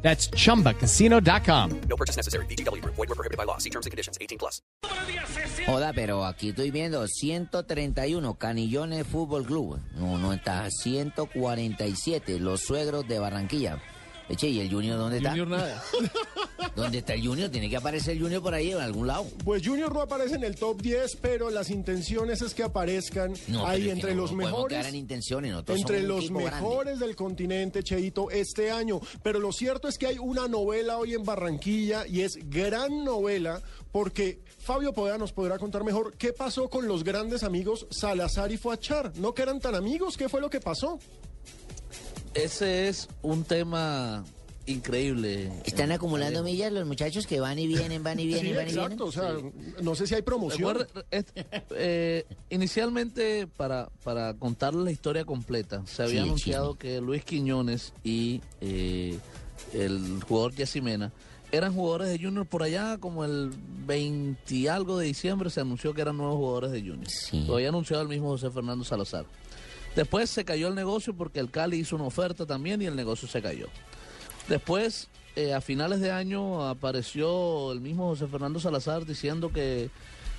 That's chumbacasino.com. No purchase necessary. BGW. Void were prohibited by law. See terms and conditions. 18 plus. Hola, pero aquí estoy viendo 131 Canillones Fútbol Club. No, no está 147 Los Suegros de Barranquilla. Eche, ¿y el Junior dónde está? Junior nada. ¿Dónde está el Junior? Tiene que aparecer el Junior por ahí en algún lado. Pues Junior no aparece en el top 10, pero las intenciones es que aparezcan No, pero es ahí que entre no- los no podemos quedar mejores. en intenciones, nosotros Entre somos un los equipo grande. mejores del continente, Cheito, este año. Pero lo cierto es que hay una novela hoy en Barranquilla y es gran novela porque Fabio Podea nos podrá contar mejor qué pasó con los grandes amigos Salazar y Fuachar. ¿No que eran tan amigos? ¿Qué fue lo que pasó? Ese es un tema increíble. Están acumulando millas los muchachos que van y vienen, van y vienen, Sí, van y exacto. O sea, no sé si hay promoción. Recuerda, es- eh, inicialmente, para, para contarles la historia completa, se había el anunciado que Luis Quiñones y eh, el jugador Yacimena eran jugadores de Junior por allá, como el 20 y algo de diciembre se anunció que eran nuevos jugadores de Junior. Sí. Lo había anunciado el mismo José Fernando Salazar. Después se cayó el negocio porque el Cali hizo una oferta también y el negocio se cayó. Después, eh, a finales de año, apareció el mismo José Fernando Salazar diciendo que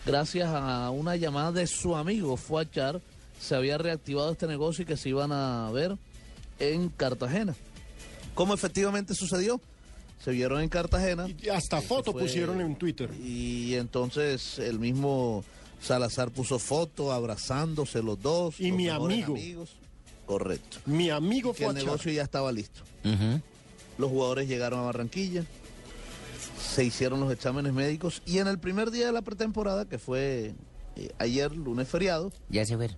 gracias a una llamada de su amigo Fuachar se había reactivado este negocio y que se iban a ver en Cartagena. ¿Cómo efectivamente sucedió? Se vieron en Cartagena. Y hasta foto fue- pusieron en Twitter. Y entonces el mismo Salazar puso foto abrazándose los dos. Y los mi mejores amigo. amigos. Correcto. Mi amigo Que el Fuachar. negocio ya estaba listo. Ujú. Los jugadores llegaron a Barranquilla, se hicieron los exámenes médicos y en el primer día de la pretemporada, que fue eh, ayer, lunes feriado, Ya se fueron.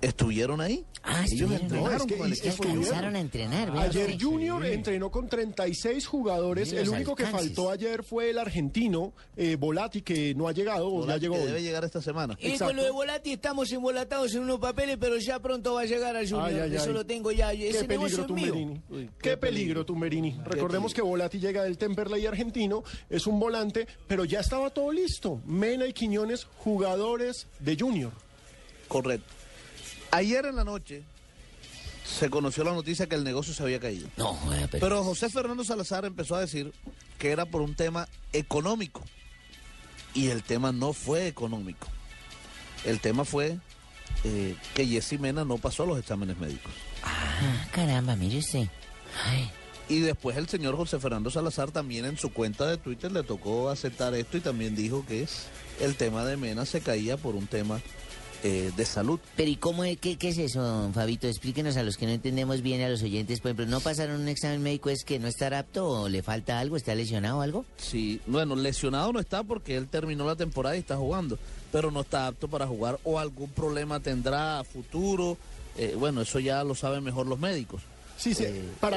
estuvieron ahí. Ah, Ellos estuvieron. entrenaron No, es que con el hice- equipo. Alcanzaron a entrenar, Ah, vea Ayer usted. Junior entrenó con 36 jugadores. Mira el los único alcances. que faltó ayer fue el argentino, eh, Volati, que no ha llegado, o ya Volante, llegó que hoy. debe llegar esta semana. Y Exacto. Eh, con lo de Volati estamos embolatados en unos papeles, pero ya pronto va a llegar al Junior. Ay, ay, Eso ay. lo tengo ya. Qué Ese negocio peligro, es mío. Tumberini. Uy, qué, qué peligro, peligro. Tumberini. Recordemos que Volati llega del Temperley argentino, es un volante, pero ya estaba todo listo. Mena y Quiñones, jugadores de Junior. Correcto. Ayer en la noche se conoció la noticia que el negocio se había caído. No, joder, pero... Pero José Fernando Salazar empezó a decir que era por un tema económico. Y el tema no fue económico. El tema fue eh, que Jessy Mena no pasó los exámenes médicos. Ah, caramba, mire usted. Ay, Y después el señor José Fernando Salazar también en su cuenta de Twitter le tocó aceptar esto y también dijo que el tema de Mena se caía por un tema eh, de salud. Pero ¿y cómo es, qué, qué es eso, don Fabito? Explíquenos a los que no entendemos bien, a los oyentes, por ejemplo, ¿no pasaron un examen médico es que no estar apto o le falta algo, está lesionado o algo? Sí, bueno, lesionado no está porque él terminó la temporada y está jugando, pero no está apto para jugar o algún problema tendrá a futuro. Eh, bueno, eso ya lo saben mejor los médicos. Sí, sí. Eh, para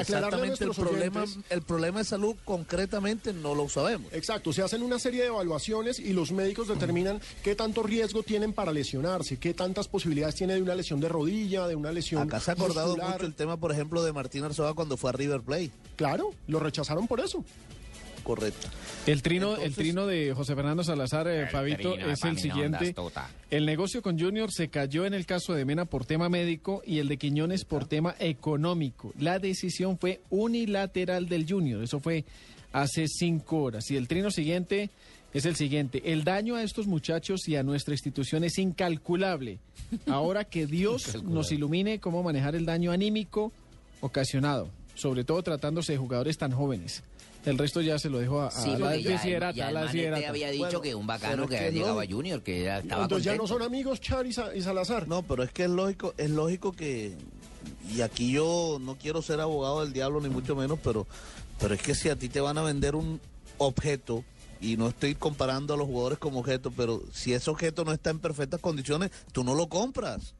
aclararle a exactamente el nuestros problema, oyentes- Eh, el problema de salud concretamente no lo sabemos. Exacto, se hacen una serie de evaluaciones y los médicos determinan qué tanto riesgo tienen para lesionarse, qué tantas posibilidades tiene de una lesión de rodilla, de una lesión Acá se ha acordado muscular. mucho el tema, por ejemplo, de Martín Arzoa cuando fue a River Plate. Claro, lo rechazaron por eso. Correcto. El trino, el Entonces- trino de José Fernando Salazar, eh, Fabito, trino de es el Pamina siguiente. Ondas, tota. El negocio con Junior se cayó en el caso de Mena por tema médico y el de Quiñones por tema económico. La decisión fue unilateral del Junior. Eso fue hace cinco horas. Y el trino siguiente es el siguiente. El daño a estos muchachos y a nuestra institución es incalculable. Ahora que Dios nos ilumine cómo manejar el daño anímico ocasionado, sobre todo tratándose de jugadores tan jóvenes. El resto ya se lo dejo a, a Sí, la porque ya, desiderata, ya a el la man este desiderata. había dicho Bueno, que un pero bacano es que que había llegado no. a Junior, que era- estaba Entonces ya no contento. son amigos Char y, Sa- y Salazar. No, pero es que es lógico, es lógico que, y aquí yo no quiero ser abogado del diablo ni mucho menos, pero, pero es que si a ti te van a vender un objeto, y no estoy comparando a los jugadores como objeto, pero si ese objeto no está en perfectas condiciones, tú no lo compras.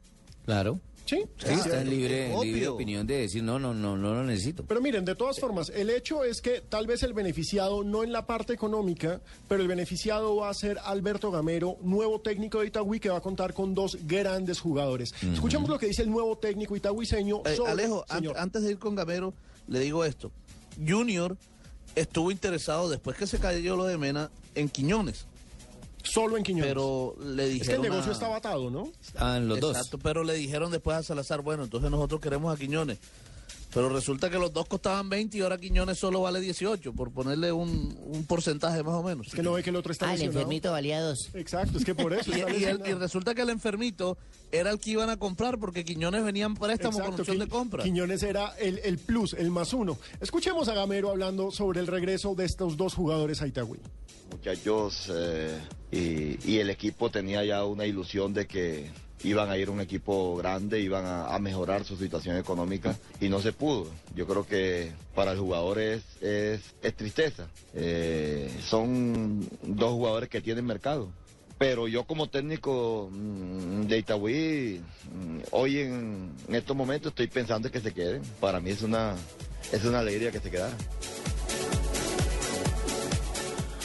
Claro. Sí, Sí, está en libre, Obvio. libre opinión de decir, no, no, no, no lo necesito. Pero miren, de todas formas, el hecho es que tal vez el beneficiado, no en la parte económica, pero el beneficiado va a ser Alberto Gamero, nuevo técnico de Itagüí, que va a contar con dos grandes jugadores. Escuchemos lo que dice el nuevo técnico itagüiseño. Eh, sobre- Alejo, an- señor. antes de ir con Gamero, le digo esto. Junior estuvo interesado después que se cayó lo de Mena en Quiñones, solo en Quiñones. pero le es que el dijeron negocio a- está atado, ¿no? Estaban Ah, los Exacto, pero le dijeron después a Salazar, bueno, entonces nosotros queremos a Quiñones. Pero resulta que los dos costaban 20 y ahora Quiñones solo vale 18, por ponerle un, un porcentaje más o menos. Es que no ve que el otro está Ah, el lesionado. enfermito baleados. Exacto, es que por eso. Y, está y el- y lesionado. resulta que el enfermito era el que iban a comprar porque Quiñones venían préstamo con opción Qui- de compra. Quiñones era el, el plus, el más uno. Escuchemos a Gamero hablando sobre el regreso de estos dos jugadores a Itagüí. muchachos eh, y, y el equipo tenía ya una ilusión de que iban a ir un equipo grande, iban a, a mejorar su situación económica y no se pudo. Yo creo que para el jugador es, es, es tristeza. Eh, son dos jugadores que tienen mercado. Pero yo como técnico mm, de Itagüí, mm, hoy en, en estos momentos estoy pensando que se queden. Para mí es una, es una alegría que se quedaran.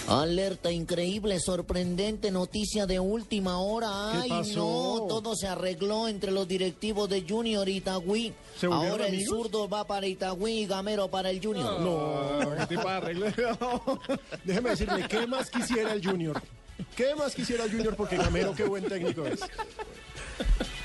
Alerta increíble, sorprendente noticia de última hora. ¿Qué Ay, pasó? no, todo se arregló entre los directivos de Junior y Itagüí. ¿Se volvieron Ahora el amigos? zurdo va para Itagüí y Gamero para el Junior. No, Ah, tipo de arreglo. Déjeme decirle, ¿qué más quisiera el Junior? ¿Qué más quisiera el Junior? Porque Gamero, qué buen técnico es.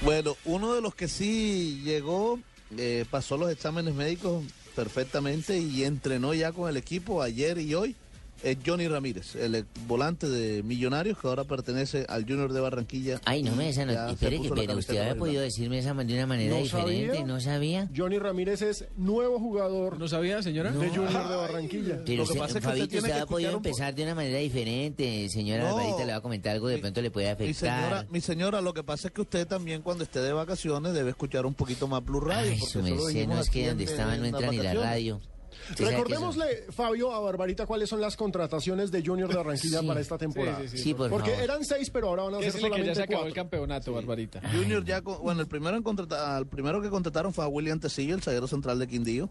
Bueno, uno de los que sí llegó, eh, pasó los exámenes médicos perfectamente y entrenó ya con el equipo ayer y hoy, es Johnny Ramírez, el eh, volante de Millonarios que ahora pertenece al Junior de Barranquilla. Ay, no me Y esa ya noticia. se Espere, que, puso la pero usted camiseta había roja y podido blanca. decirme esa man- de una manera ¿No diferente, sabía? no sabía. Johnny Ramírez es nuevo jugador ¿No sabía, señora? de Junior de Barranquilla. Pero Lo usted, que pasa es que Fabito, usted tiene usted que ha podido escuchar un po- empezar de una manera diferente. Señora No. Barbarita le va a comentar algo, de Mi- pronto le puede Mi señora, afectar. mi señora, lo que pasa es que usted también cuando esté de vacaciones debe escuchar un poquito más Blue Radio. Ay, porque su eso lo merced, dijimos no es aquí que en- donde estaba en no las entra ni la vacaciones. radio. Usted sabe que eso- Recordémosle, Fabio, a Barbarita cuáles son las contrataciones de Junior de Barranquilla Sí. para esta temporada. Sí, sí, Sí, por Porque favor. eran seis, pero ahora van a ser Decirle que ya se solamente acabó el cuatro. campeonato, Barbarita. Junior ya, con- bueno, el primero, en contrata- al primero que contrataron fue a William Tecillo, el zaguero central de Quindío.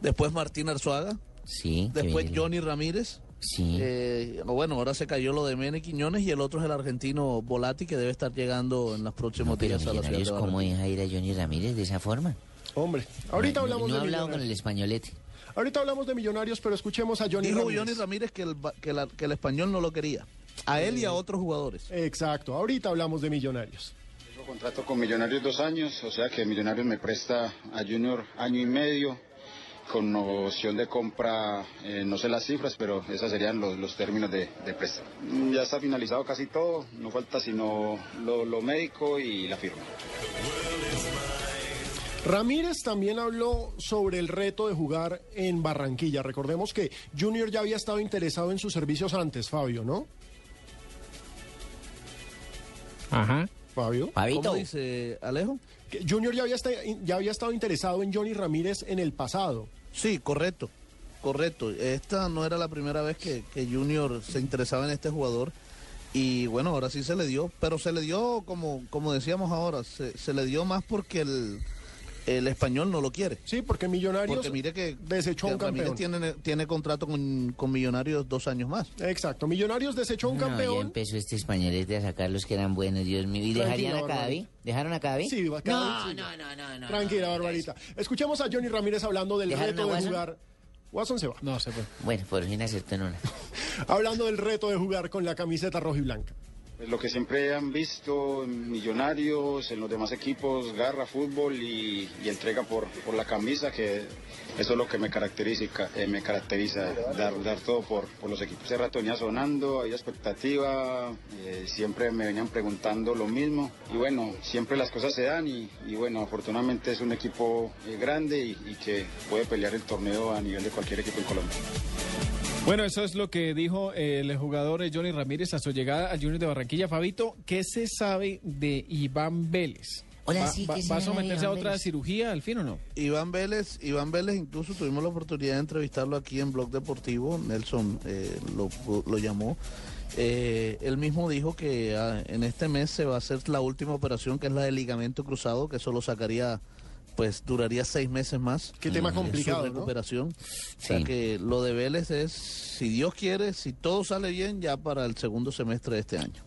Después Martín Arzuaga. Sí, qué Después bien. Johnny Ramírez. Sí. Eh, bueno, ahora se cayó lo de Mene Quiñones y el otro es el argentino Volati que debe estar llegando en los próximos No, pero días a la ciudad de Millonarios, ¿cómo Barranquilla. deja ir a Johnny Ramírez de esa forma? Hombre, ahorita No, hablamos No de ha hablado con el millonarios. españolete. Ahorita hablamos de millonarios, pero escuchemos a Johnny Dijo Ramírez. Johnny Ramírez que el, ba- que la- que el español no lo quería. A él y Eh, a otros jugadores. Exacto, ahorita hablamos de millonarios. Tengo contrato con Millonarios dos años, o sea que Millonarios me presta a Junior año y medio con opción de compra, eh, no sé las cifras, pero esos serían los, los términos de, de préstamo. Mm, Ya está finalizado casi todo, no falta sino lo, lo médico y la firma. Ramírez también habló sobre el reto de jugar en Barranquilla. Recordemos que Junior ya había estado interesado en sus servicios antes, Fabio, ¿no? Ajá. Fabio. Ah. ¿Cómo Fabito, dice Alejo? Que Junior ya había, esta- ya había estado interesado en Johnny Ramírez en el pasado. Sí, correcto, correcto. Esta no era la primera vez que, que Junior se interesaba en este jugador. Y bueno, ahora sí se le dio, pero se le dio, como, como decíamos ahora, se, se le dio más porque el, el español no lo quiere. Sí, porque Millonarios Porque mire que, desechó a que un Ramírez campeón. tiene, tiene contrato con, con Millonarios dos años más. Exacto, Millonarios desechó a un No, ya campeón. empezó este españolete a sacar los que eran buenos, Dios mío. ¿Y Tranquila, dejarían a Barbarita. Cadaví? ¿Dejaron a Cadaví? Sí, a Cadaví, No, sí. no, no, no, no. Tranquila, no, no, Barbarita. Escuchemos a Johnny Ramírez hablando del ¿Dejaron reto a de Watson? jugar. Watson se va. No, se fue. Bueno, por fin acertó en una. Hablando del reto de jugar con la camiseta roja y blanca. Pues lo que siempre han visto en Millonarios, en los demás equipos, garra, fútbol y, y entrega por, por la camisa, que eso es lo que me caracteriza, y ca- eh, me caracteriza dar, dar todo por, por los equipos. Ese rato venía sonando, había expectativa, eh, siempre me venían preguntando lo mismo y bueno, siempre las cosas se dan y, y bueno, afortunadamente es un equipo eh, grande y- y que puede pelear el torneo a nivel de cualquier equipo en Colombia. Bueno, eso es lo que dijo eh, el jugador eh, Johnny Ramírez a su llegada al Junior de Barranquilla. Fabito, ¿qué se sabe de Iván Vélez? Hola, ¿Va, sí, va- ¿qué se va a sabe de someterse a Iván otra Vélez? cirugía al fin o no? Iván Vélez, Iván Vélez incluso tuvimos la oportunidad de entrevistarlo aquí en Blog Deportivo, Nelson eh, lo, lo llamó Eh, él mismo dijo que ah, en este mes se va a hacer la última operación, que es la de ligamento cruzado, que eso lo sacaría, pues duraría seis meses más. Qué tema en su complicado, ¿no? recuperación. O sea Sí. que lo de Vélez es, si Dios quiere, si todo sale bien, ya para el segundo semestre de este año.